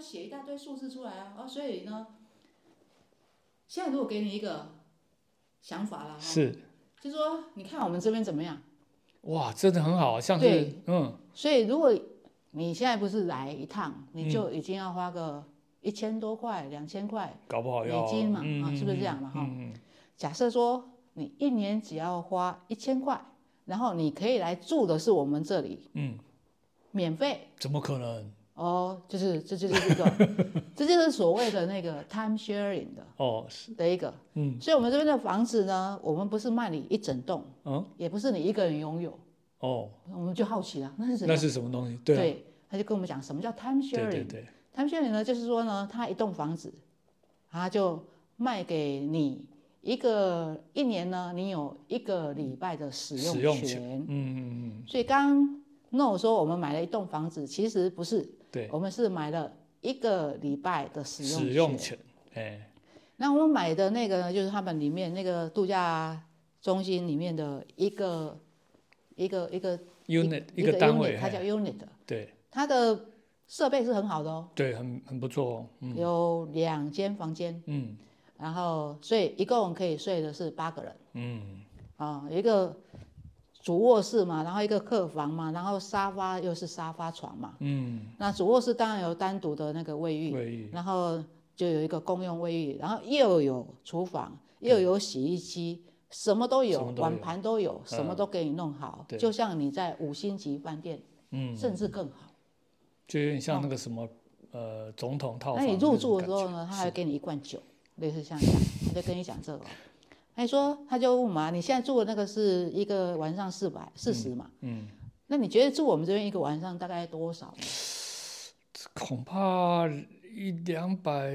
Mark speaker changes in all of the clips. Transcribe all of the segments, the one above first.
Speaker 1: 写一大堆数字出来啊啊，所以呢，现在如果给你一个想法啦，哈，
Speaker 2: 是
Speaker 1: 就说你看我们这边怎么样？
Speaker 2: 哇，真的很好，啊像是
Speaker 1: 对
Speaker 2: 嗯，
Speaker 1: 所以如果你现在不是来一趟，你就已经要花个一千多块、两千块。
Speaker 2: 搞不好要
Speaker 1: 美金嘛
Speaker 2: 嗯
Speaker 1: 啊
Speaker 2: 嗯
Speaker 1: 是不是这样
Speaker 2: 嗯
Speaker 1: 嘛哈
Speaker 2: 嗯嗯
Speaker 1: 假设说你一年只要花一千块，然后你可以来住的是我们这里，
Speaker 2: 嗯，
Speaker 1: 免费
Speaker 2: 怎么可能？
Speaker 1: 哦，就是这就是一个，这就是所谓的那个 time sharing 的
Speaker 2: 哦，是
Speaker 1: 的一个。
Speaker 2: 嗯
Speaker 1: 所以我们这边的房子呢，我们不是卖你一整栋，
Speaker 2: 嗯
Speaker 1: 也不是你一个人拥有，
Speaker 2: 哦，
Speaker 1: 我们就好奇了，那是怎
Speaker 2: 那
Speaker 1: 样？
Speaker 2: 是什么东西？对啊
Speaker 1: 他就跟我们讲什么叫 time
Speaker 2: 对
Speaker 1: sharing。
Speaker 2: 对对，
Speaker 1: time sharing 呢，就是说呢，他一栋房子，他就卖给你一个一年呢，你有一个礼拜的使用
Speaker 2: 使用
Speaker 1: 权。
Speaker 2: 嗯嗯
Speaker 1: 所以刚那我说我们买了一栋房子，其实不是，
Speaker 2: 嗯，对，
Speaker 1: 我们是买了一个礼拜的使用
Speaker 2: 使用权，哎，
Speaker 1: 那我们买的那个呢，就是他们里面那个度假中心里面的一个一个一个
Speaker 2: unit
Speaker 1: 一
Speaker 2: 一个单
Speaker 1: unit，
Speaker 2: 位，
Speaker 1: 它
Speaker 2: 嘿
Speaker 1: 叫 unit，
Speaker 2: 对
Speaker 1: 它的设备是很好的哦，
Speaker 2: 对，很很不错哦，嗯
Speaker 1: 有两间房间，
Speaker 2: 嗯
Speaker 1: 然后所以一共可以睡的是八个人
Speaker 2: 嗯，
Speaker 1: 啊、有一个主卧室嘛，然后一个客房嘛，然后沙发又是沙发床嘛，
Speaker 2: 嗯，
Speaker 1: 那主卧室当然有单独的那个卫浴，
Speaker 2: 会议，
Speaker 1: 然后就有一个公用卫浴，然后又有厨房，又有洗衣机，什么都有，
Speaker 2: 什么都有
Speaker 1: 碗盘都有，什么
Speaker 2: 嗯
Speaker 1: 都给你弄好，
Speaker 2: 对
Speaker 1: 就像你在五星级饭店，
Speaker 2: 嗯，
Speaker 1: 甚至更好。
Speaker 2: 就有点像那个什么呃总统套
Speaker 1: 那
Speaker 2: 房，
Speaker 1: 哎你入住的时候呢，他
Speaker 2: 是
Speaker 1: 还给你一罐酒，类似像这样，他就跟你讲这个。他说，他就问嘛，你现在住的那个是一个晚上四百四十嘛？
Speaker 2: 嗯，
Speaker 1: 那你觉得住我们这边一个晚上大概多少呢？
Speaker 2: 恐怕一两百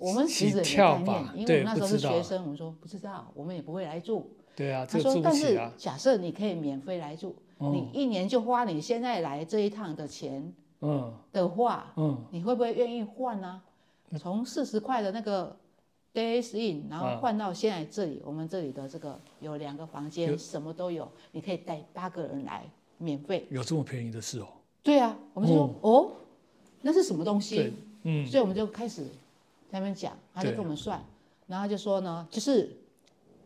Speaker 1: 我们其
Speaker 2: 起
Speaker 1: 实也没
Speaker 2: 跳
Speaker 1: 概
Speaker 2: 吧
Speaker 1: 念，，因为
Speaker 2: 对，
Speaker 1: 我们那时候
Speaker 2: 不
Speaker 1: 是
Speaker 2: 知
Speaker 1: 学
Speaker 2: 道，
Speaker 1: 生，我们说不知道，我们也不会来住。
Speaker 2: 对啊，
Speaker 1: 他
Speaker 2: 这个
Speaker 1: 说
Speaker 2: 住：“不
Speaker 1: 但
Speaker 2: 起
Speaker 1: 是
Speaker 2: 啊，哦
Speaker 1: 假设你可以免费来住，你一年就花你现在来这一趟的钱
Speaker 2: 嗯
Speaker 1: 的话，
Speaker 2: 嗯，
Speaker 1: 你会不会愿意换呢、从四十块的那个 days in，然
Speaker 2: 啊
Speaker 1: 后换到现在这里，我们这里的这个有两个房间，什么都有，你可以带八个人来，免费。
Speaker 2: 有这么便宜的事哦，
Speaker 1: 对啊，我们就说哦，那是什么东西？
Speaker 2: 对，嗯，
Speaker 1: 所以我们就开始在那边讲，他就
Speaker 2: 对
Speaker 1: 跟我们算，然后他就说呢，就是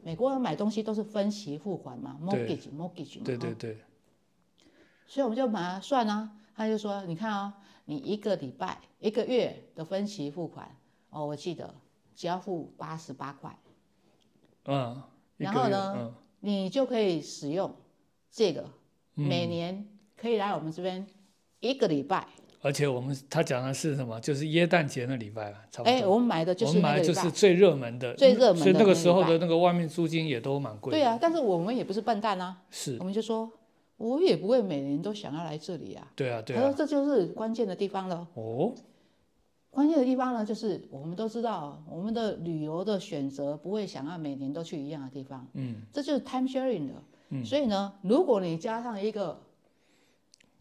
Speaker 1: 美国人买东西都是分期付款嘛
Speaker 2: 对
Speaker 1: ，mortgage mortgage 嘛，
Speaker 2: 对对对，
Speaker 1: 所以我们就把它算啊，他就说，你看啊、你一个礼拜、一个月的分期付款，哦，我记得只要付八十八块，
Speaker 2: 嗯，一
Speaker 1: 然
Speaker 2: 个
Speaker 1: 后
Speaker 2: 月嗯
Speaker 1: 呢，你就可以使用这个，
Speaker 2: 嗯
Speaker 1: 每年可以来我们这边一个礼拜。
Speaker 2: 嗯，而且我们他讲的是什么？就是耶诞节那礼拜了，啊差不多。
Speaker 1: 哎，我们买的就
Speaker 2: 我
Speaker 1: 是
Speaker 2: 们
Speaker 1: 那个
Speaker 2: 买的就
Speaker 1: 礼
Speaker 2: 是
Speaker 1: 拜，
Speaker 2: 最热门的，
Speaker 1: 最热门的
Speaker 2: 所以那个
Speaker 1: 那
Speaker 2: 时候
Speaker 1: 礼拜
Speaker 2: 的那个外面租金也都蛮贵的。
Speaker 1: 对啊，但是我们也不是笨蛋啊，
Speaker 2: 是，
Speaker 1: 我们就说，我也不会每年都想要来这里啊。
Speaker 2: 对啊，对
Speaker 1: 他说
Speaker 2: 啊。
Speaker 1: 这就是关键的地方了。
Speaker 2: 哦，
Speaker 1: 关键的地方呢，就是我们都知道，我们的旅游的选择不会想要每年都去一样的地方，
Speaker 2: 嗯，
Speaker 1: 这就是 time sharing 的。所以呢，如果你加上一个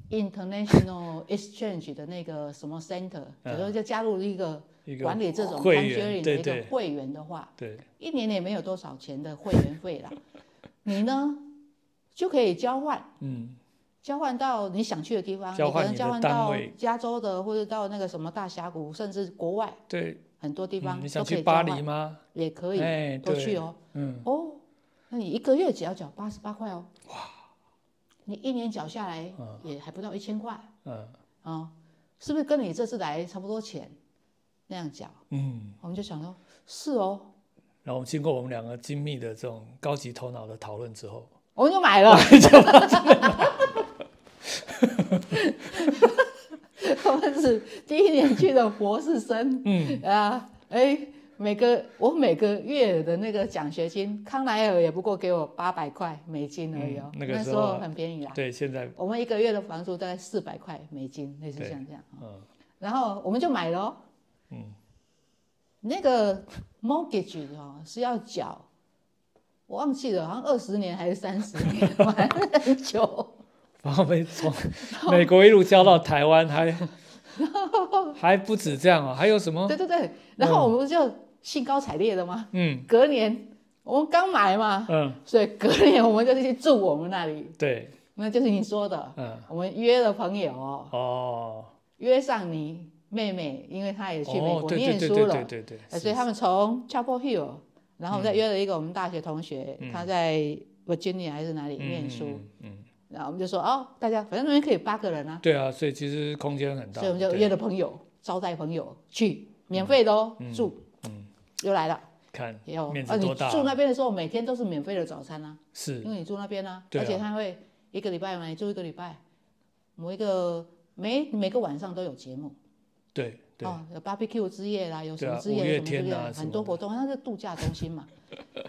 Speaker 1: international exchange 的那个什么 center，比如说就加入一个
Speaker 2: 嗯一个
Speaker 1: 管理这种
Speaker 2: 会
Speaker 1: time
Speaker 2: 员，
Speaker 1: sharing 的
Speaker 2: 对
Speaker 1: 一个
Speaker 2: 对
Speaker 1: 会员的话，
Speaker 2: 对，
Speaker 1: 一年也没有多少钱的会员费啦，你呢就可以交换。
Speaker 2: 嗯，
Speaker 1: 交换到你想去的地方，
Speaker 2: 交换
Speaker 1: 你可能
Speaker 2: 你的
Speaker 1: 交换
Speaker 2: 单
Speaker 1: 到
Speaker 2: 位
Speaker 1: 加州的，或者到那个什么大峡谷，甚至国外
Speaker 2: 对。
Speaker 1: 很多地方
Speaker 2: 嗯你
Speaker 1: 都
Speaker 2: 想
Speaker 1: 可
Speaker 2: 去
Speaker 1: 以
Speaker 2: 巴
Speaker 1: 交换，
Speaker 2: 黎吗？
Speaker 1: 也可以
Speaker 2: 哎，
Speaker 1: 都
Speaker 2: 对
Speaker 1: 去哦。
Speaker 2: 嗯，
Speaker 1: 哦，那你一个月只要缴八十八块哦。哇，你一年缴下来也还不到一千块
Speaker 2: 嗯
Speaker 1: 啊，是不是跟你这次来差不多钱那样缴？
Speaker 2: 嗯。
Speaker 1: 我们就想说，是哦，
Speaker 2: 然后经过我们两个精密的这种高级头脑的讨论之后，
Speaker 1: 我们就买 了。 我们是第一年去的博士生，嗯啊，哎，每个我每个月的那个奖学金，康莱尔也不过给我八百块美金而已哦
Speaker 2: 嗯，那个时
Speaker 1: 时
Speaker 2: 候啊
Speaker 1: 候很便宜啦。
Speaker 2: 对，现在
Speaker 1: 我们一个月的房租大概四百块美金，类似
Speaker 2: 对
Speaker 1: 像这样，
Speaker 2: 嗯
Speaker 1: 然后我们就买了、哦，
Speaker 2: 嗯，
Speaker 1: 那个 mortgage 哦是要缴，我忘记了，好像二十年还是三十年，反正很久。
Speaker 2: 然后被 从美国一路交到台湾，还还不止这样哦，还有什么？
Speaker 1: 对对对，然后我们就兴高采烈的嘛，
Speaker 2: 嗯
Speaker 1: 隔年我们刚买嘛，
Speaker 2: 嗯，
Speaker 1: 所以隔年我们就去住我们那里，
Speaker 2: 对，
Speaker 1: 那就是你说的，
Speaker 2: 嗯
Speaker 1: 我们约了朋友，
Speaker 2: 哦，
Speaker 1: 约上你妹妹，因为她也去美
Speaker 2: 哦，
Speaker 1: 国
Speaker 2: 对
Speaker 1: 念
Speaker 2: 对对
Speaker 1: 书
Speaker 2: 对
Speaker 1: 了
Speaker 2: 对，对对，
Speaker 1: 呃
Speaker 2: 是嗯
Speaker 1: 所以他们从 Chapel Hill，然后再约了一个我们大学同学，他在 Virginia 还是哪里念书，，
Speaker 2: 嗯嗯嗯
Speaker 1: 然后我们就说哦，大家反正那边可以八个人啊，
Speaker 2: 嗯，对啊，所以其实空间很大，
Speaker 1: 所以我们就
Speaker 2: 对
Speaker 1: 约了朋友，招待朋友去，免费的哦，住，
Speaker 2: 嗯，
Speaker 1: 又来了，
Speaker 2: 看
Speaker 1: 也有
Speaker 2: 面
Speaker 1: 啊，
Speaker 2: 子
Speaker 1: 你
Speaker 2: 多大啊，
Speaker 1: 住那边的时候，每天都是免费的早餐啊，
Speaker 2: 是
Speaker 1: 因为你住那边啊，
Speaker 2: 对
Speaker 1: 而
Speaker 2: 啊
Speaker 1: 且他会一个礼拜嘛，你住一个礼拜，某一个每每个晚上都有节目。
Speaker 2: 对对，
Speaker 1: 哦，有 barbecue 之夜啦，有什
Speaker 2: 对啊
Speaker 1: 么之夜，
Speaker 2: 五
Speaker 1: 有
Speaker 2: 月
Speaker 1: 什么之
Speaker 2: 天
Speaker 1: 夜，
Speaker 2: 啊什
Speaker 1: 很
Speaker 2: 么
Speaker 1: 多活动，那是度假中心嘛。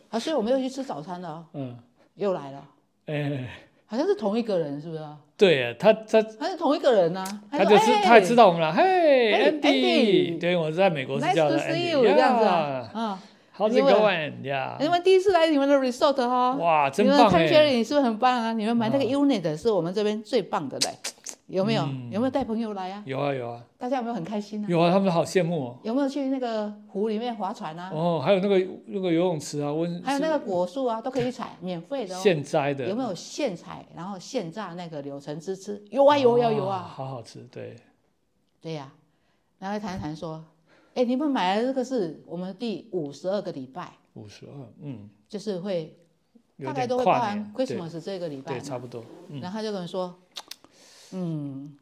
Speaker 1: 啊，所以我们又去吃早餐了哦，
Speaker 2: 嗯，
Speaker 1: 又来了，
Speaker 2: 哎，
Speaker 1: 好像是同一个人，是不是啊？
Speaker 2: 对啊，他他
Speaker 1: 好像是同一个人呐、
Speaker 2: 他就知
Speaker 1: 是
Speaker 2: 他知道我们了，嘿
Speaker 1: 哎
Speaker 2: ，Andy，
Speaker 1: ，Andy
Speaker 2: 对我在美国是
Speaker 1: nice
Speaker 2: 叫
Speaker 1: to
Speaker 2: 的
Speaker 1: see
Speaker 2: Andy，
Speaker 1: you 这样子
Speaker 2: 呀
Speaker 1: 啊，啊，
Speaker 2: How's
Speaker 1: 因
Speaker 2: it
Speaker 1: 为
Speaker 2: going?
Speaker 1: 你
Speaker 2: Yeah，
Speaker 1: 们第一次来你们的 resort 哈、
Speaker 2: 哇，真
Speaker 1: 你们的
Speaker 2: 棒
Speaker 1: time sharing
Speaker 2: 哎！
Speaker 1: 你是不是很棒啊？你们买那个
Speaker 2: 啊
Speaker 1: unit 是我们这边最棒的嘞，有没有？
Speaker 2: 嗯
Speaker 1: 有没有带朋友来啊？
Speaker 2: 有啊有啊
Speaker 1: 大家有没有很开心啊？
Speaker 2: 有啊，他们好羡慕
Speaker 1: 有没有去那个湖里面划船啊？
Speaker 2: 哦。哦，还有那个那个游泳池啊，温
Speaker 1: 还有那个果树啊，都可以去采，免费的哦。
Speaker 2: 现摘的，
Speaker 1: 有没有现采，然后现榨那个柳橙汁吃？有啊有啊有
Speaker 2: 哇
Speaker 1: 啊，
Speaker 2: 好好吃，对，
Speaker 1: 对呀、然后谈一谈说，哎，你们买的这个是我们第五十二个礼拜，
Speaker 2: 五十二，嗯，
Speaker 1: 就是会
Speaker 2: 有
Speaker 1: 大概
Speaker 2: 点
Speaker 1: 都会包
Speaker 2: 跨
Speaker 1: 含
Speaker 2: 年，对
Speaker 1: Christmas 这个礼拜
Speaker 2: 对，
Speaker 1: 嘛，
Speaker 2: 差不多，嗯，
Speaker 1: 然后他就跟我说，嗯，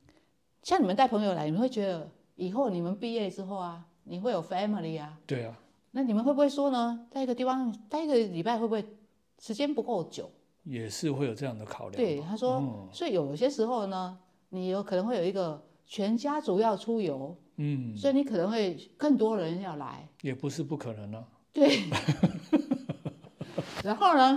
Speaker 1: 像你们带朋友来，你们会觉得以后你们毕业之后啊，你会有 family 啊，
Speaker 2: 对啊，
Speaker 1: 那你们会不会说呢，在一个地方待一个礼拜会不会时间不够久？
Speaker 2: 也是会有这样的考量。
Speaker 1: 对，他说，
Speaker 2: 嗯
Speaker 1: 所以有些时候呢，你有可能会有一个全家族要出游，
Speaker 2: 嗯，
Speaker 1: 所以你可能会更多人要来。
Speaker 2: 也不是不可能啊，
Speaker 1: 对，然后呢，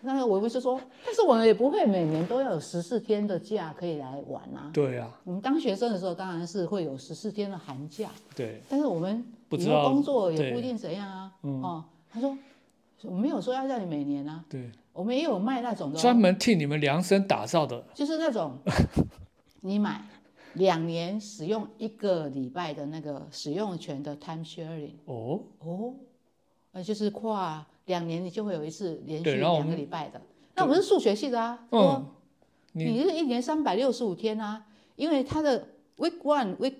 Speaker 1: 那我不是说，但是我们也不会每年都要有十四天的假可以来玩啊。
Speaker 2: 对啊，
Speaker 1: 我们当学生的时候，当然是会有十四天的寒假，
Speaker 2: 对，
Speaker 1: 但是我们
Speaker 2: 不
Speaker 1: 以
Speaker 2: 知
Speaker 1: 后
Speaker 2: 道
Speaker 1: 工作也不一
Speaker 2: 对
Speaker 1: 定怎样啊。
Speaker 2: 嗯
Speaker 1: 哦，他说，我没有说要让你每年啊，
Speaker 2: 对，
Speaker 1: 我们也有卖那种的哦、
Speaker 2: 专门替你们量身打造的，
Speaker 1: 就是那 种你买两年使用一个礼拜的那个使用权的 time sharing
Speaker 2: 哦，
Speaker 1: 哦，呃，就是跨两年你就会有一次连续
Speaker 2: 对然后我
Speaker 1: 两
Speaker 2: 们
Speaker 1: 个礼拜的。那我们是数学系的啊，说
Speaker 2: 嗯，你
Speaker 1: 你是一年三百六十五天啊，因为它的 week one week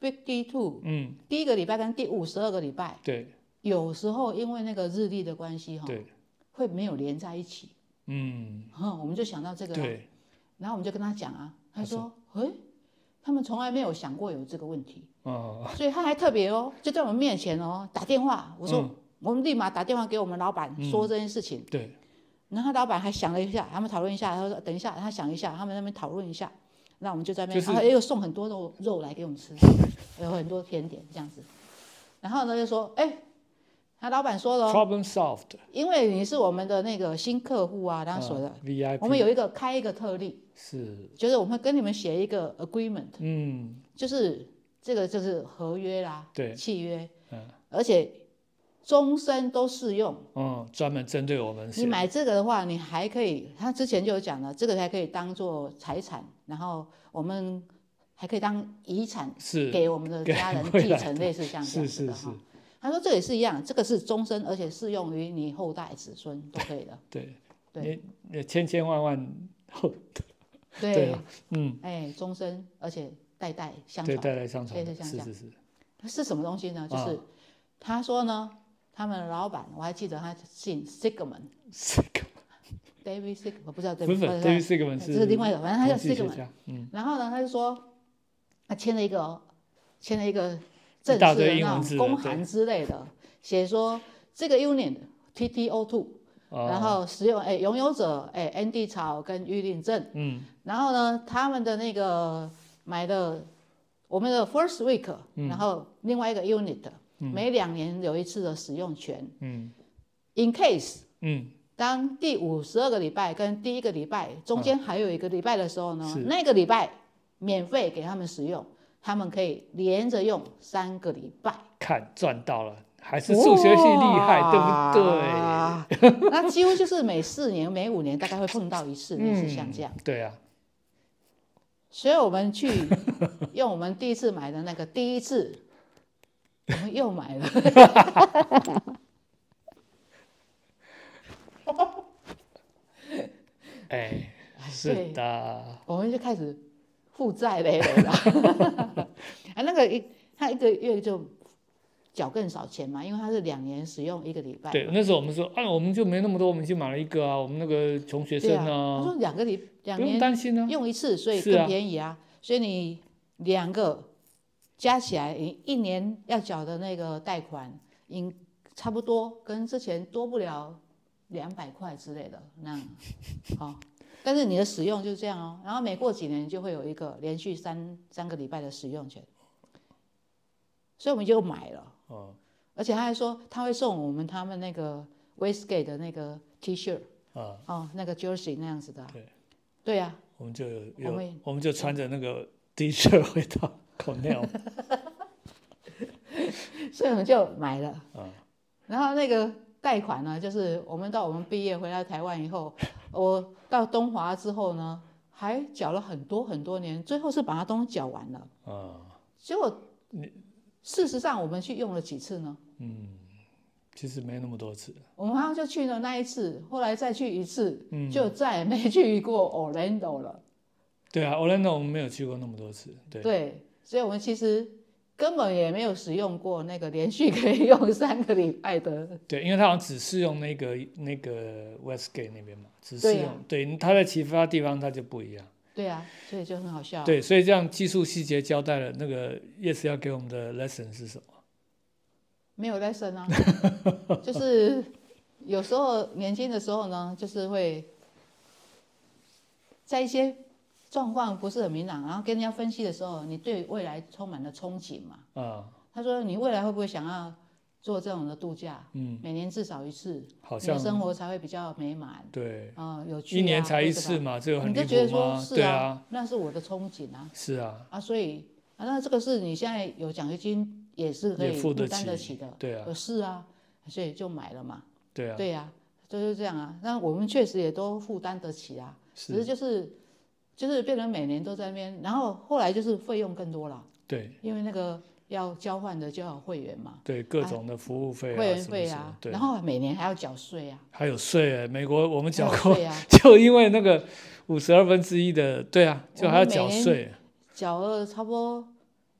Speaker 1: week two
Speaker 2: 嗯，
Speaker 1: 第一个礼拜跟第五十二个礼拜，
Speaker 2: 对
Speaker 1: 有时候因为那个日历的关系哈、
Speaker 2: 对，
Speaker 1: 会没有连在一起，
Speaker 2: 嗯，
Speaker 1: 哈、我们就想到这个啊、
Speaker 2: 对，
Speaker 1: 然后我们就跟他讲啊，他
Speaker 2: 他说
Speaker 1: 说：“诶，他们从来没有想过有这个问题，
Speaker 2: 啊，
Speaker 1: 所以他还特别哦，就在我们面前哦打电话。”我说：“
Speaker 2: 嗯
Speaker 1: 我们立马打电话给我们老板
Speaker 2: 嗯
Speaker 1: 说这件事情。
Speaker 2: 对，
Speaker 1: 然后他老板还想了一下，他们讨论一下，他说：“等一下，他想一下，他们那边讨论一下。”那我们就在那边，
Speaker 2: 就是
Speaker 1: 然后又送很多肉肉来给我们 吃，有很多甜点这样子。然后呢，就说：“诶，他老板说了哦，
Speaker 2: ，problem solved，
Speaker 1: 因为你是我们的那个新客户啊，他说的，我们
Speaker 2: ，VIP
Speaker 1: 有一个开一个特例。”
Speaker 2: 是，
Speaker 1: 就是我们会跟你们写一个 agreement，
Speaker 2: 嗯，
Speaker 1: 就是这个就是合约啦，
Speaker 2: 对，
Speaker 1: 契约，
Speaker 2: 嗯
Speaker 1: 而且终身都适用。
Speaker 2: 嗯，专门针对我们
Speaker 1: 你
Speaker 2: 写的，
Speaker 1: 买这个的话，你还可以，他之前就有讲了，这个还可以当做财产，然后我们还可以当遗产
Speaker 2: 是
Speaker 1: 给我们的
Speaker 2: 给
Speaker 1: 家人
Speaker 2: 未
Speaker 1: 继
Speaker 2: 来
Speaker 1: 承，类似 像这样子
Speaker 2: 是是
Speaker 1: 的
Speaker 2: 是
Speaker 1: 哈，。他说这也是一样，这个是终身，而且适用于你后代子孙都可以的。
Speaker 2: 对，
Speaker 1: 对
Speaker 2: 你你千千万万，对
Speaker 1: 对
Speaker 2: 啊，嗯，
Speaker 1: 哎，终身，而且代代相
Speaker 2: 对，
Speaker 1: 传。
Speaker 2: 代代相
Speaker 1: 对
Speaker 2: 传的，
Speaker 1: 对
Speaker 2: 是
Speaker 1: 相
Speaker 2: 是 是，
Speaker 1: 是什么东西呢？
Speaker 2: 啊
Speaker 1: 就是他说呢，他们的老板，我还记得他姓 Sigmund
Speaker 2: 是个。
Speaker 1: David Sig，我不知道
Speaker 2: 不
Speaker 1: David，
Speaker 2: 是
Speaker 1: 不知道
Speaker 2: David Sigmund
Speaker 1: 这是另外一个，反正他叫
Speaker 2: 统计学
Speaker 1: Sigmund。
Speaker 2: 家，嗯，
Speaker 1: 然后呢，他就说，他签了一个，签了一个正
Speaker 2: 一大
Speaker 1: 式
Speaker 2: 堆
Speaker 1: 的
Speaker 2: 英
Speaker 1: 那
Speaker 2: 文字
Speaker 1: 种
Speaker 2: 的
Speaker 1: 公
Speaker 2: 对
Speaker 1: 函之类的，写说这个 unit TTO two，然
Speaker 2: 哦，
Speaker 1: 后使用哎拥有者哎 Andy 草跟预定证，
Speaker 2: 嗯，
Speaker 1: 然后呢，他们的那个买的我们的 first week，、然
Speaker 2: 嗯
Speaker 1: 后另外一个 unit，、每两年有一次的使用权。
Speaker 2: 嗯
Speaker 1: In case
Speaker 2: 嗯，
Speaker 1: 当第五十二个礼拜跟第一个礼拜中间还有一个礼拜的时候呢，
Speaker 2: 是
Speaker 1: 那个礼拜免费给他们使用，他们可以连着用三个礼拜。
Speaker 2: 看赚到了，还是数学系厉害，对
Speaker 1: 对
Speaker 2: 不对？
Speaker 1: 不对？那几乎就是每四年、每五年大概会碰到一次，类似像这样。
Speaker 2: 嗯，对啊，
Speaker 1: 所以我们去用我们第一次买的那个第一次，我们又买了。
Speaker 2: 哎，
Speaker 1: 哎
Speaker 2: 是的，
Speaker 1: 我们就开始负债累累了。 啊，那个一他一个月就缴更少钱嘛，因为他是两年使用一个礼拜。
Speaker 2: 对，那时候我们说，啊，我们就没那么多，我们就买了一个啊，我们那个穷学生
Speaker 1: 他
Speaker 2: 啊，
Speaker 1: 说两个礼两
Speaker 2: 不用
Speaker 1: 年
Speaker 2: 担心啊。
Speaker 1: 用一次，所以
Speaker 2: 是啊
Speaker 1: 更便宜啊。所以你两个加起来，你一年要缴的那个贷款，应差不多跟之前多不了两百块之类的那样，哦。但是你的使用就这样哦，然后每过几年就会有一个连续三三个礼拜的使用权，所以我们就买了。
Speaker 2: 哦，
Speaker 1: 而且他还说他会送我们他们那个 Westgate 的那个 T 恤
Speaker 2: 啊，
Speaker 1: 哦，那个 jersey 那样子的啊、
Speaker 2: 对
Speaker 1: 对呀、
Speaker 2: 我们就有
Speaker 1: 我们
Speaker 2: 有，我们就穿着那个 T 恤回到 Cornell
Speaker 1: 所以我们就买了。
Speaker 2: 啊，
Speaker 1: 然后那个贷款呢，就是我们到我们毕业回来台湾以后，我到东华之后呢，还缴了很多很多年，最后是把它都缴完了。
Speaker 2: 啊，
Speaker 1: 结果，事实上我们去用了几次呢？
Speaker 2: 嗯，其实没那么多次，
Speaker 1: 我们好像就去了那一次，后来再去一次，
Speaker 2: 嗯，
Speaker 1: 就再也没去过 Orlando 了。
Speaker 2: 对啊，Orlando 我们没有去过那么多次，对，
Speaker 1: 所以我们其实根本也没有使用过那个连续可以用三个礼拜的
Speaker 2: 对，因为他好像只适用那个那个 Westgate 那边嘛，只适
Speaker 1: 对啊
Speaker 2: 用，对，他在其他地方他就不一样，
Speaker 1: 对啊，所以就很好笑。
Speaker 2: 对，所以这样技术细节交代了那个 Yes 要给我们的 lesson 是什么？
Speaker 1: 没有 lesson 啊，就是有时候年轻的时候呢，就是会在一些状况不是很明朗，然后跟人家分析的时候，你对未来充满了憧憬嘛。
Speaker 2: 啊，
Speaker 1: 他说你未来会不会想要做这种的度假？
Speaker 2: 嗯，
Speaker 1: 每年至少一次，
Speaker 2: 好
Speaker 1: 你的
Speaker 2: 像
Speaker 1: 生活才会比较美满
Speaker 2: 对，
Speaker 1: 啊、有趣、啊。
Speaker 2: 一年才一
Speaker 1: 或
Speaker 2: 次嘛，
Speaker 1: 者
Speaker 2: 这个
Speaker 1: 吧，
Speaker 2: 很
Speaker 1: 你
Speaker 2: 离
Speaker 1: 就觉得
Speaker 2: 谱
Speaker 1: 说
Speaker 2: 吗？
Speaker 1: 是
Speaker 2: 对啊，
Speaker 1: 啊，那是我的憧憬啊
Speaker 2: 是啊，
Speaker 1: 啊，所以啊，那这个是你现在有奖学金也是可
Speaker 2: 也
Speaker 1: 以
Speaker 2: 付
Speaker 1: 负
Speaker 2: 得
Speaker 1: 担得
Speaker 2: 起
Speaker 1: 起的。
Speaker 2: 对啊，
Speaker 1: 呃是啊，所以就买了嘛。
Speaker 2: 对啊，
Speaker 1: 对呀、就是这样啊。那我们确实也都负担得起啊，只
Speaker 2: 是，
Speaker 1: 是就是就是变成每年都在那边，然后后来就是费用更多了，
Speaker 2: 对
Speaker 1: 因为那个要交换的就要有会员嘛，
Speaker 2: 对，各种的服务费啊，
Speaker 1: 会员
Speaker 2: 什么
Speaker 1: 费
Speaker 2: 什
Speaker 1: 啊
Speaker 2: 么，对
Speaker 1: 然，后每年还要缴税啊，
Speaker 2: 还有税欸，美国我
Speaker 1: 我
Speaker 2: 们缴过，
Speaker 1: 税啊，
Speaker 2: 就因为那个五十二分之一的，对啊，就
Speaker 1: 我
Speaker 2: 还要
Speaker 1: 们每
Speaker 2: 缴
Speaker 1: 年
Speaker 2: 税，
Speaker 1: 缴了差不多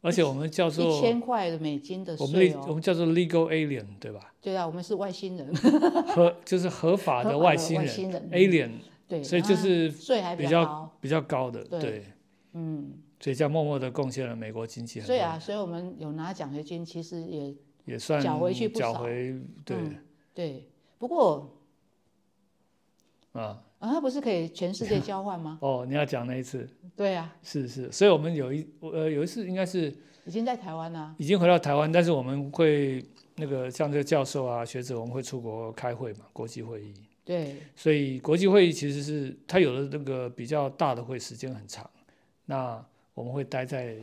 Speaker 2: 而且我们叫
Speaker 1: 一
Speaker 2: 做
Speaker 1: 千块的美金的
Speaker 2: 我们
Speaker 1: 税
Speaker 2: 的
Speaker 1: 哦。
Speaker 2: 我们叫做 legal alien，对吧？
Speaker 1: 对啊，我们是外星 人，
Speaker 2: 合就是合法
Speaker 1: 合
Speaker 2: 的
Speaker 1: 法
Speaker 2: 外
Speaker 1: 的
Speaker 2: 星
Speaker 1: 外
Speaker 2: 人
Speaker 1: 星人
Speaker 2: alien，
Speaker 1: 对，啊
Speaker 2: 所以
Speaker 1: 然
Speaker 2: 就
Speaker 1: 后
Speaker 2: 是
Speaker 1: 税还
Speaker 2: 比
Speaker 1: 较
Speaker 2: 较
Speaker 1: 高，
Speaker 2: 比较高的，
Speaker 1: 对
Speaker 2: 对，
Speaker 1: 嗯，
Speaker 2: 所以这样默默的贡献了美国经济很
Speaker 1: 所以
Speaker 2: 多，
Speaker 1: 啊，所以我们有拿奖学金，其实也
Speaker 2: 也算
Speaker 1: 缴回去不
Speaker 2: 缴
Speaker 1: 少
Speaker 2: 回对
Speaker 1: 嗯对，不过
Speaker 2: 啊，
Speaker 1: 啊，它不是可以全世界交换 吗？
Speaker 2: 哦，你要讲那一次。
Speaker 1: 对啊，
Speaker 2: 是是，所以我们有一我呃有一次应该是
Speaker 1: 已经在台湾啦、
Speaker 2: 已经回到台湾，但是我们会那个像这个教授啊学者，我们会出国开会嘛，国际会议。
Speaker 1: 对，
Speaker 2: 所以国际会议其实是它有的那个比较大的会时间很长，那我们会待在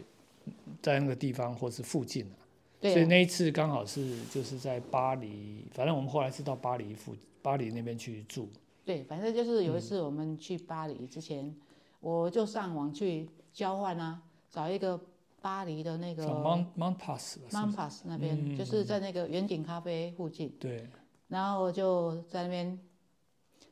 Speaker 2: 在那个地方或是附近、啊、
Speaker 1: 对啊、
Speaker 2: 所以那一次刚好是就是在巴黎，反正我们后来是到巴黎附巴黎那边去住。
Speaker 1: 对，反正就是
Speaker 2: 嗯
Speaker 1: 有一次我们去巴黎之前，我就上网去交换啊，找一个巴黎的那
Speaker 2: 叫
Speaker 1: 个
Speaker 2: Mont Montpas 吧是吗
Speaker 1: Mampas 那边，
Speaker 2: 嗯
Speaker 1: 就是在那个圆顶咖啡附近，
Speaker 2: 对，
Speaker 1: 然后我就在那边。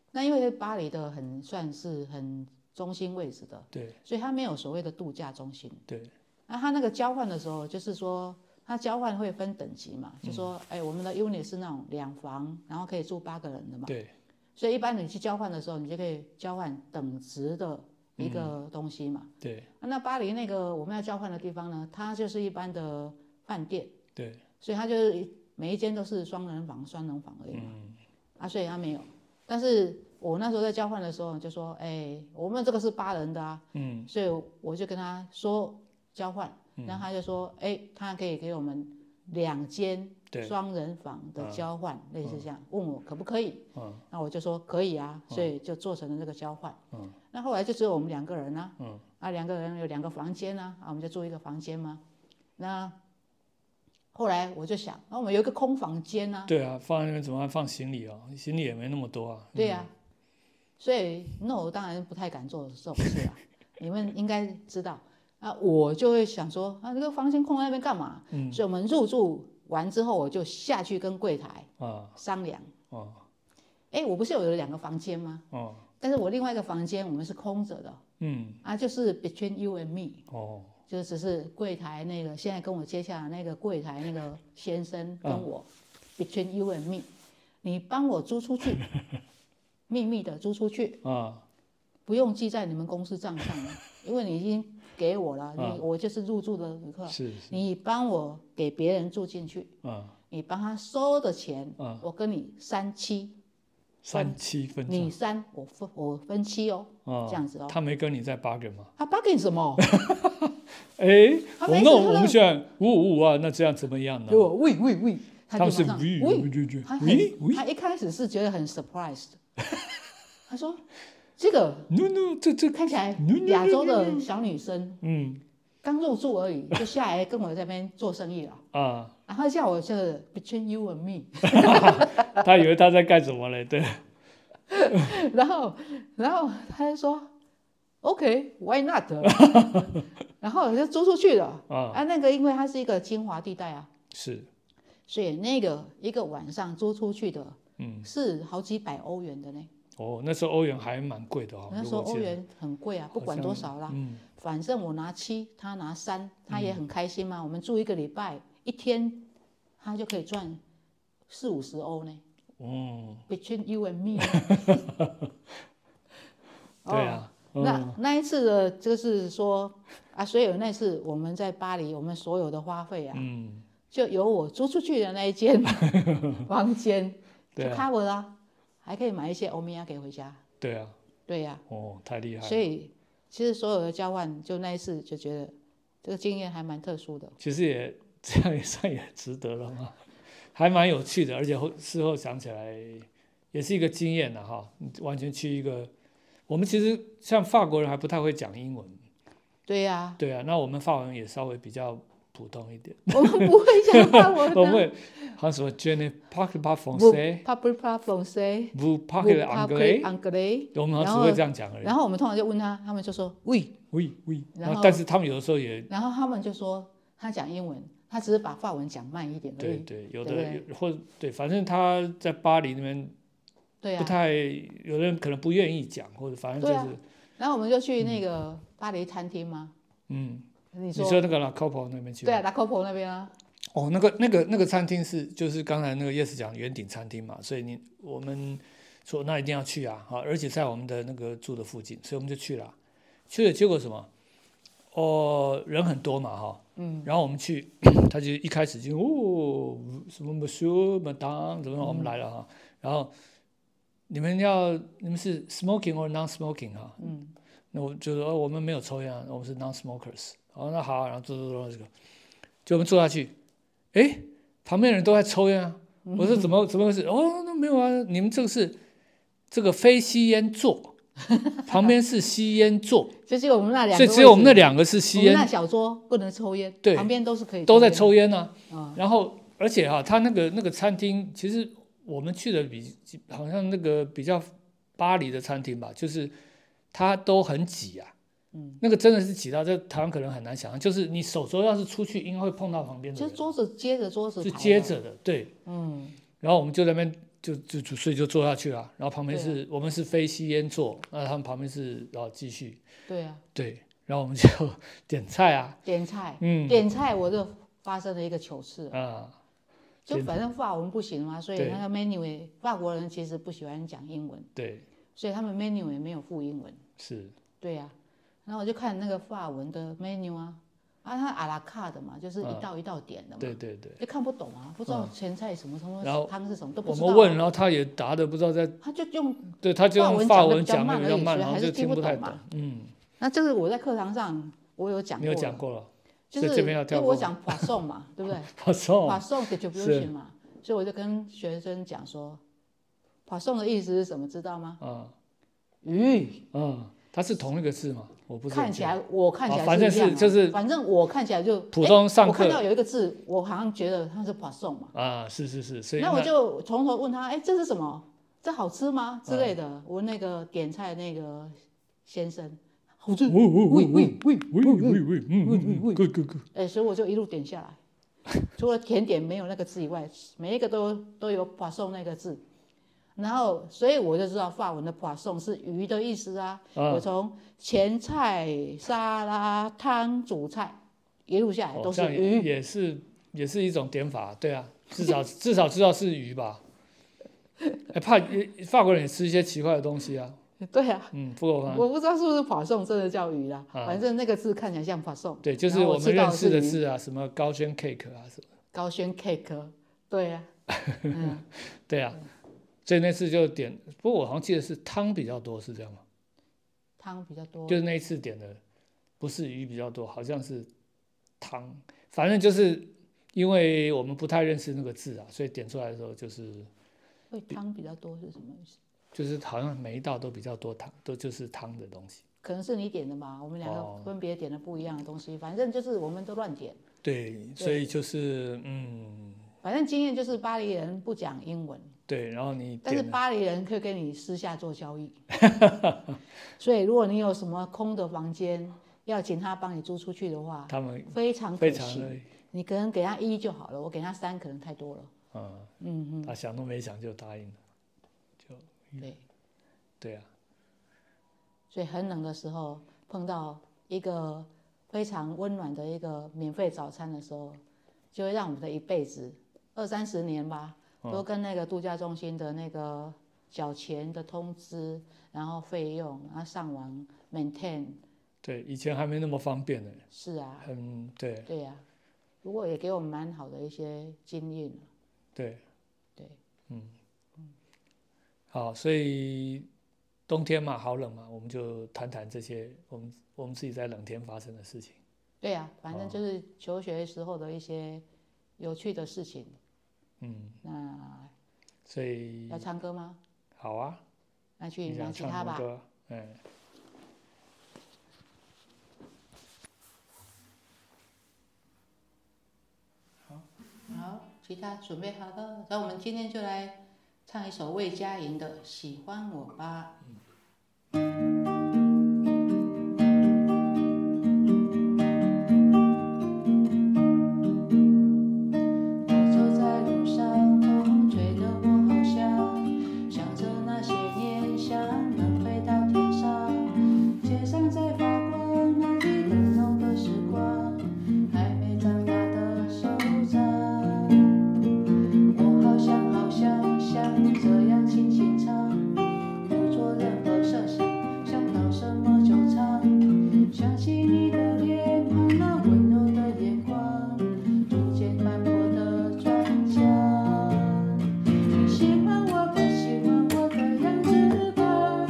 Speaker 1: 那因为巴黎的很算是很中心位置的，
Speaker 2: 对，
Speaker 1: 所以它没有所谓的度假中心。
Speaker 2: 对，
Speaker 1: 那它那个交换的时候，就是说它交换会分等级嘛，就说哎、我们的 unit 是那种两房，然后可以住八个人的嘛。
Speaker 2: 对，
Speaker 1: 所以一般你去交换的时候，你就可以交换等值的一个东西嘛。
Speaker 2: 对，
Speaker 1: 那巴黎那个我们要交换的地方呢，它就是一般的饭店，
Speaker 2: 对，
Speaker 1: 所以它就是一每一间都是双人房、双人房而已嘛。
Speaker 2: 嗯
Speaker 1: 啊，所以它没有。但是我那时候在交换的时候就说，哎、我们这个是八人的啊，
Speaker 2: 嗯，
Speaker 1: 所以我就跟他说交换，然后他就说，哎、他可以给我们两间
Speaker 2: 对
Speaker 1: 双人房的交换，类似这样，问我可不可以？
Speaker 2: 嗯，
Speaker 1: 那我就说可以啊，所以就做成了这个交换。嗯，那后来就只有我们两个人啊，嗯，啊两个人有两个房间啊，啊我们就住一个房间嘛。那后来我就想，啊我们有一个空房间啊，
Speaker 2: 对啊，放在那边怎么还放行李哦？行李也没那么多啊。
Speaker 1: 对呀、所以那我当然不太敢做这种事啊。你们应该知道啊，我就会想说啊，这个房间空在那边干嘛？
Speaker 2: 嗯
Speaker 1: 所以我们入住完之后，我就下去跟柜台
Speaker 2: 啊，
Speaker 1: 商量。
Speaker 2: 哦
Speaker 1: 哎，我不是有两个房间吗？
Speaker 2: 哦，
Speaker 1: 但是我另外一个房间我们是空着的
Speaker 2: 嗯，
Speaker 1: 啊，就是 between you and me。
Speaker 2: 哦，
Speaker 1: 就只是柜台那个现在跟我接洽的那个柜台那个先
Speaker 2: 嗯
Speaker 1: 生跟我、between you and me，你帮我租出 去，秘密的租出去，
Speaker 2: 啊，
Speaker 1: 不用记在你们公司账 上了，因为你已经给我了，
Speaker 2: 嗯
Speaker 1: 你我就是啊入住的旅客，
Speaker 2: 是，
Speaker 1: 你帮我给别人住进去，
Speaker 2: 啊，
Speaker 1: 你帮他收的钱，
Speaker 2: 嗯
Speaker 1: 我跟你三七，
Speaker 2: 三七分
Speaker 1: 你三，我分我分七哦，
Speaker 2: 啊
Speaker 1: 这，样子哦，
Speaker 2: 他没跟你在 bargain 吗？
Speaker 1: 他 bargain 什 么？
Speaker 2: 哎，
Speaker 1: 他
Speaker 2: 我
Speaker 1: 没
Speaker 2: 那
Speaker 1: 事他
Speaker 2: 我们
Speaker 1: 都
Speaker 2: 现在五五五啊，那这样怎么样呢
Speaker 1: 给？我喂喂喂，他
Speaker 2: 他
Speaker 1: 就
Speaker 2: 们
Speaker 1: 马
Speaker 2: 是
Speaker 1: 上
Speaker 2: 喂
Speaker 1: 喂
Speaker 2: 喂喂
Speaker 1: 他
Speaker 2: 喂
Speaker 1: 很，
Speaker 2: 喂
Speaker 1: 他一开始是觉得很 surprised，他说这个
Speaker 2: ，no no，这这
Speaker 1: 看起 来
Speaker 2: No, no, no,
Speaker 1: 亚洲的小女生
Speaker 2: 嗯
Speaker 1: 刚入住而已，就下来跟我这边做生意了，
Speaker 2: 啊，
Speaker 1: 然后叫我就是 between you and me，
Speaker 2: 他以为他在干什么嘞？对，
Speaker 1: 然后然后他就说 OK，why、not？然后我就租出去了
Speaker 2: 啊
Speaker 1: 啊，那个因为它是一个精华地带啊，
Speaker 2: 是，
Speaker 1: 所以那个一个晚上租出去的
Speaker 2: 嗯，
Speaker 1: 是好几百欧元的呢。
Speaker 2: 哦，那时候欧元还蛮贵的哦，
Speaker 1: 那
Speaker 2: 如
Speaker 1: 时候
Speaker 2: 果
Speaker 1: 欧
Speaker 2: 记得
Speaker 1: 元很贵啊，不
Speaker 2: 好
Speaker 1: 管
Speaker 2: 像
Speaker 1: 多少啦，
Speaker 2: 嗯，
Speaker 1: 反正我拿七，他拿三，他也很开心
Speaker 2: 嗯
Speaker 1: 嘛。我们住一个礼拜，一天他就可以赚四五十欧呢。
Speaker 2: 哦，
Speaker 1: Between you and me，
Speaker 2: 对啊，
Speaker 1: 哦那那一次的就是说啊，所以那次我们在巴黎，我们所有的花费啊，
Speaker 2: 嗯，
Speaker 1: 就由我租出去的那一 间房间就
Speaker 2: 对啊
Speaker 1: cover 啦、还可以买一些欧米亚给回家。
Speaker 2: 对啊，
Speaker 1: 对呀、
Speaker 2: 哦，太厉害了。
Speaker 1: 所以其实所有的交换，就那一次就觉得这个经验还蛮特殊的。
Speaker 2: 其实也这样也算也值得了嘛，还蛮有趣的，而且后事后想起来也是一个经验的哈。你完全去一个，我们其实像法国人还不太会讲英文，
Speaker 1: 对呀、
Speaker 2: 对啊，那我们法文也稍微比较普通一点，
Speaker 1: 我们不会讲法文
Speaker 2: 我
Speaker 1: 的，
Speaker 2: 们会好像什么 je ne parle pas
Speaker 1: 不
Speaker 2: français,
Speaker 1: p a p r i p a f r a n ç a
Speaker 2: vous
Speaker 1: i
Speaker 2: parlez anglais，哎
Speaker 1: anglais。
Speaker 2: 我们好
Speaker 1: 然
Speaker 2: 像
Speaker 1: 后
Speaker 2: 只会这样讲而已
Speaker 1: 然。后我们通常就问他，他们就说 we，
Speaker 2: Oui oui，
Speaker 1: 然
Speaker 2: 然
Speaker 1: 后
Speaker 2: 后但是他们有的时候也
Speaker 1: 然后他们就说他讲英文，他只是把法文讲慢一点而
Speaker 2: 对
Speaker 1: 已。
Speaker 2: 对，有
Speaker 1: 对不
Speaker 2: 的有或者对，反正他在巴黎那边
Speaker 1: 对
Speaker 2: 不
Speaker 1: 啊，
Speaker 2: 太，有的人可能不愿意讲，或者反正
Speaker 1: 对
Speaker 2: 就
Speaker 1: 啊
Speaker 2: 是，
Speaker 1: 然后我们就去那个巴黎餐厅嘛，
Speaker 2: 嗯，
Speaker 1: 你
Speaker 2: 你
Speaker 1: 说
Speaker 2: 说那个 La c o p o 那边去，
Speaker 1: 对啊，拉 c o p o 那边啊，
Speaker 2: 哦，那个那个那个餐厅是就是刚才那个 Yes 讲的圆顶餐厅嘛，所以你我们说那一定要去啊，好，而且在我们的那个住的附近，所以我们就去了，去了结果什么？哦，人很多嘛，哈，嗯，然后我们去， 他就一开始就哦，什么 Monsieur Madame 怎么样我们来了哈，然后你们要你们是 smoking or non-smoking 哈，
Speaker 1: 嗯，
Speaker 2: 那我就说、哦我们没有抽烟啊，我们是 non-smokers。哦，那好啊、然后坐坐坐这个，就我们坐下去，诶，旁边的人都在抽烟啊。
Speaker 1: 嗯
Speaker 2: 我说怎么怎么回事？哦，那没有啊，你们这个是这个非吸 烟座，旁边是吸烟座，
Speaker 1: 就只有我们那两
Speaker 2: 所
Speaker 1: 个位
Speaker 2: 以
Speaker 1: 置，
Speaker 2: 只有我们那两个是吸
Speaker 1: 我们
Speaker 2: 烟，
Speaker 1: 那小桌不能抽烟，
Speaker 2: 对
Speaker 1: 旁边都是可以
Speaker 2: 都在
Speaker 1: 烟的
Speaker 2: 抽烟啊。
Speaker 1: 啊，
Speaker 2: 然后而且哈、他那个那个餐厅，其实我们去的比好像那个比较巴黎的餐厅吧，就是它都很挤啊。
Speaker 1: 嗯，
Speaker 2: 那个真的是挤到在台湾可能很难想象，就是你手肘要是出去，应该会碰到旁边的
Speaker 1: 就
Speaker 2: 人，
Speaker 1: 是桌子接着桌子
Speaker 2: 是
Speaker 1: 排
Speaker 2: 接
Speaker 1: 的，
Speaker 2: 着的，对。
Speaker 1: 嗯，
Speaker 2: 然后我们就在那边就就就所以就坐下去了，然后旁边
Speaker 1: 对啊
Speaker 2: 是、我们是非吸烟座，那他们旁边是然后继续
Speaker 1: 对啊，
Speaker 2: 对，然后我们就点菜啊，
Speaker 1: 点菜，
Speaker 2: 嗯
Speaker 1: 点菜我就发生了一个糗事，
Speaker 2: 啊
Speaker 1: 就
Speaker 2: 点
Speaker 1: 反正法文不行嘛，所以
Speaker 2: 对
Speaker 1: 那个 menu 也法国人其实不喜欢讲英文，
Speaker 2: 对
Speaker 1: 所以他们 menu 也没有附英文，
Speaker 2: 是
Speaker 1: 对呀、然后我就看那个法文的 menu 啊，啊，它阿拉卡的嘛，就是一
Speaker 2: 嗯
Speaker 1: 道一道点的嘛，
Speaker 2: 对对对，
Speaker 1: 就看不懂啊，不知道前菜什么什么
Speaker 2: 然后
Speaker 1: 汤是什么都不
Speaker 2: 我
Speaker 1: 知
Speaker 2: 们
Speaker 1: 道啊，
Speaker 2: 问，然后他也答的不知道在，
Speaker 1: 他就用
Speaker 2: 对他就用
Speaker 1: 法
Speaker 2: 法
Speaker 1: 文
Speaker 2: 文
Speaker 1: 讲
Speaker 2: 讲
Speaker 1: 得比
Speaker 2: 的比
Speaker 1: 较
Speaker 2: 较
Speaker 1: 慢而
Speaker 2: 慢，
Speaker 1: 已
Speaker 2: 然后
Speaker 1: 所以还是
Speaker 2: 就
Speaker 1: 听不
Speaker 2: 不太
Speaker 1: 懂嘛，
Speaker 2: 嗯，
Speaker 1: 那这个我在课堂上我有讲
Speaker 2: 你
Speaker 1: 过
Speaker 2: 有
Speaker 1: 了，
Speaker 2: 讲过了，
Speaker 1: 就
Speaker 2: 所以
Speaker 1: 是
Speaker 2: 这边要
Speaker 1: 因为
Speaker 2: 跳
Speaker 1: 我
Speaker 2: 过哦
Speaker 1: 讲 p 送 嘛，对不对？
Speaker 2: 好重
Speaker 1: p 送 distribution 嘛，所以我就跟学生讲说 p 送的意思是什么，知道吗？
Speaker 2: 啊
Speaker 1: 鱼
Speaker 2: 啊，它是同一个字吗？我不是很
Speaker 1: 看起
Speaker 2: 清楚
Speaker 1: 来我看起来
Speaker 2: 啊反正
Speaker 1: 是一样啊
Speaker 2: 是就是
Speaker 1: 反正我看起来就
Speaker 2: 普通
Speaker 1: 诶
Speaker 2: 上
Speaker 1: 我看
Speaker 2: 课
Speaker 1: 到有一个字，我好像觉得它是 p 送嘛，
Speaker 2: 啊，是是是，所以
Speaker 1: 那我就从头问他，哎，这是什么？这好吃吗？之类
Speaker 2: 嗯
Speaker 1: 的。我那个点菜那个先生，好吃，
Speaker 2: 喂喂
Speaker 1: 喂
Speaker 2: 喂
Speaker 1: 喂喂
Speaker 2: 喂喂喂，嗯
Speaker 1: 喂
Speaker 2: 嗯
Speaker 1: 喂
Speaker 2: 嗯，good good good，
Speaker 1: 哎、所以我就一路点下来，除了甜点没有那个字以外，每一个都都有把送那个字。然后，所以我就知道法文的 poisson 是鱼的意思啊。
Speaker 2: 啊
Speaker 1: 我从前菜、沙拉、汤、主菜一路下来
Speaker 2: 哦
Speaker 1: 都是
Speaker 2: 这样
Speaker 1: 鱼。
Speaker 2: 也也是也是一种点法，对啊，至少至少知道是鱼吧。哎，怕法国人也吃一些奇怪的东西啊，
Speaker 1: 对啊，
Speaker 2: 嗯，不过
Speaker 1: 我不知道是不是 poisson 真的叫鱼啦，
Speaker 2: 啊
Speaker 1: 反正那个字看起来像 poisson。
Speaker 2: 对，就是
Speaker 1: 然后
Speaker 2: 我
Speaker 1: 我
Speaker 2: 们
Speaker 1: 吃到
Speaker 2: 认
Speaker 1: 的
Speaker 2: 识的
Speaker 1: 是
Speaker 2: 字啊，什么高轩 cake 啊，什么，
Speaker 1: 高轩 cake，对啊，嗯，
Speaker 2: 对啊，所以那次就点，不过我好像记得是汤比较多，是这样吗？
Speaker 1: 汤比较多。
Speaker 2: 就是那一次点的不是鱼比较多，好像是汤，反正就是因为我们不太认识那个字啊，所以点出来的时候就是
Speaker 1: 会汤比较多是什么意思？
Speaker 2: 就是好像每一道都比较多汤，都就是汤的东西。
Speaker 1: 可能是你点的嘛，我们两
Speaker 2: 哦
Speaker 1: 个分别点了不一样的东西，反正就是我们都乱点。
Speaker 2: 对，所以就是嗯，
Speaker 1: 反正经验就是巴黎人不讲英文，
Speaker 2: 对，然后你
Speaker 1: 但是
Speaker 2: 点了啊
Speaker 1: 巴黎人可以跟你私下做交 易，所以如果你有什么空的房间要请他帮你租出去的话，
Speaker 2: 他们
Speaker 1: 非常
Speaker 2: 非
Speaker 1: 可
Speaker 2: 常
Speaker 1: 惜。
Speaker 2: 的
Speaker 1: 你可能给他一就好了，我给他三可能太多了。
Speaker 2: 嗯，
Speaker 1: 嗯
Speaker 2: 他想都没想就答应了，
Speaker 1: 嗯，对。
Speaker 2: 对啊，
Speaker 1: 所以很冷的时候碰到一个非常温暖的一个免费早餐的时候，就会让我们的一辈子二三十年吧，
Speaker 2: 嗯
Speaker 1: 都跟那个度假中心的那个缴钱的通知，然后费用，然后上网 maintain，
Speaker 2: 对，以前还没那么方便呢，
Speaker 1: 是啊，
Speaker 2: 嗯，对
Speaker 1: 对呀、不过也给我们蛮好的一些经验，
Speaker 2: 对，嗯
Speaker 1: 对，
Speaker 2: 好，所以冬天嘛，好冷嘛，我们就谈谈这些我们我们自己在冷天发生的事情。
Speaker 1: 对呀、反正
Speaker 2: 哦
Speaker 1: 就是求学时候的一些有趣的事情。
Speaker 2: 嗯，
Speaker 1: 那
Speaker 2: 所以
Speaker 1: 要唱歌吗？
Speaker 2: 好啊，
Speaker 1: 那去
Speaker 2: 你
Speaker 1: 拿
Speaker 2: 想
Speaker 1: 吉
Speaker 2: 唱
Speaker 1: 他
Speaker 2: 什
Speaker 1: 吧
Speaker 2: 么。歌？嗯。
Speaker 1: 好，吉他准备好了，那我们今天就来唱一首魏佳莹的《喜欢我吧》。我走在路上，风吹得我好想，想着那些年，想能飞到天上。街上在发光，那里冷冷的时光，还没长大的手掌。我好想好想想这样轻轻唱，不做任何设想，想到什么就唱。想起你的脸庞，那温柔的眼光，逐渐斑驳的转角。你喜欢我吧，喜欢我的样子吧。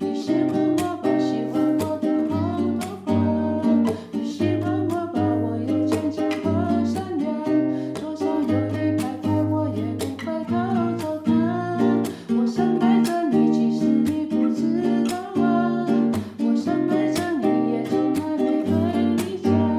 Speaker 1: 你喜欢我吧，喜欢我的红头发。你喜欢我吧，我有坚强和善良。桌上有一排排，我也不会偷走它。我深爱着你，其实你不知道啊。我深爱着你，也从来没发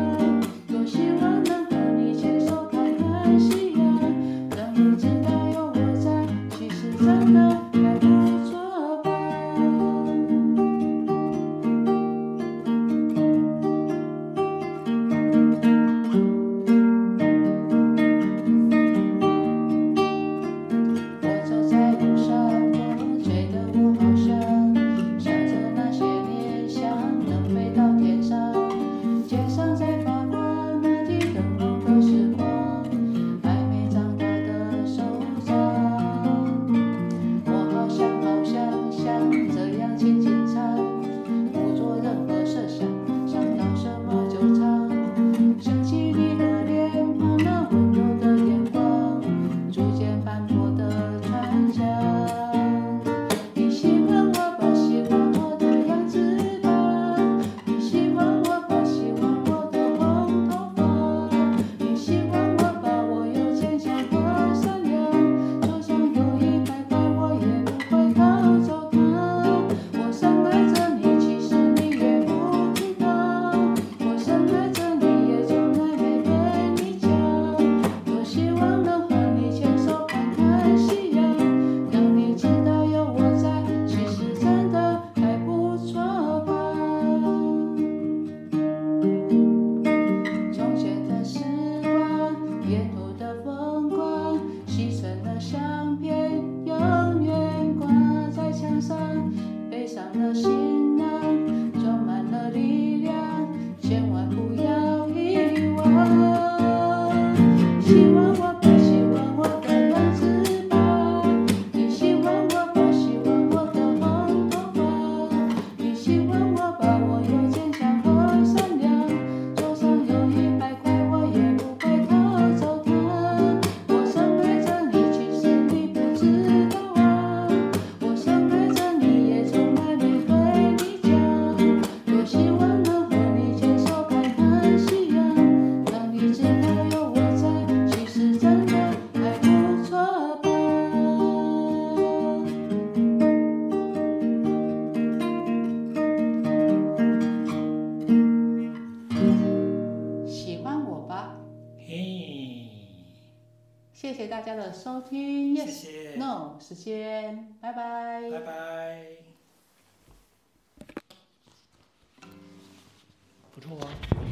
Speaker 1: 啊谢谢大家的收听
Speaker 3: 谢
Speaker 1: ，Yes
Speaker 3: 谢，
Speaker 1: No 时间，拜拜。
Speaker 3: 拜拜。
Speaker 2: 不错啊。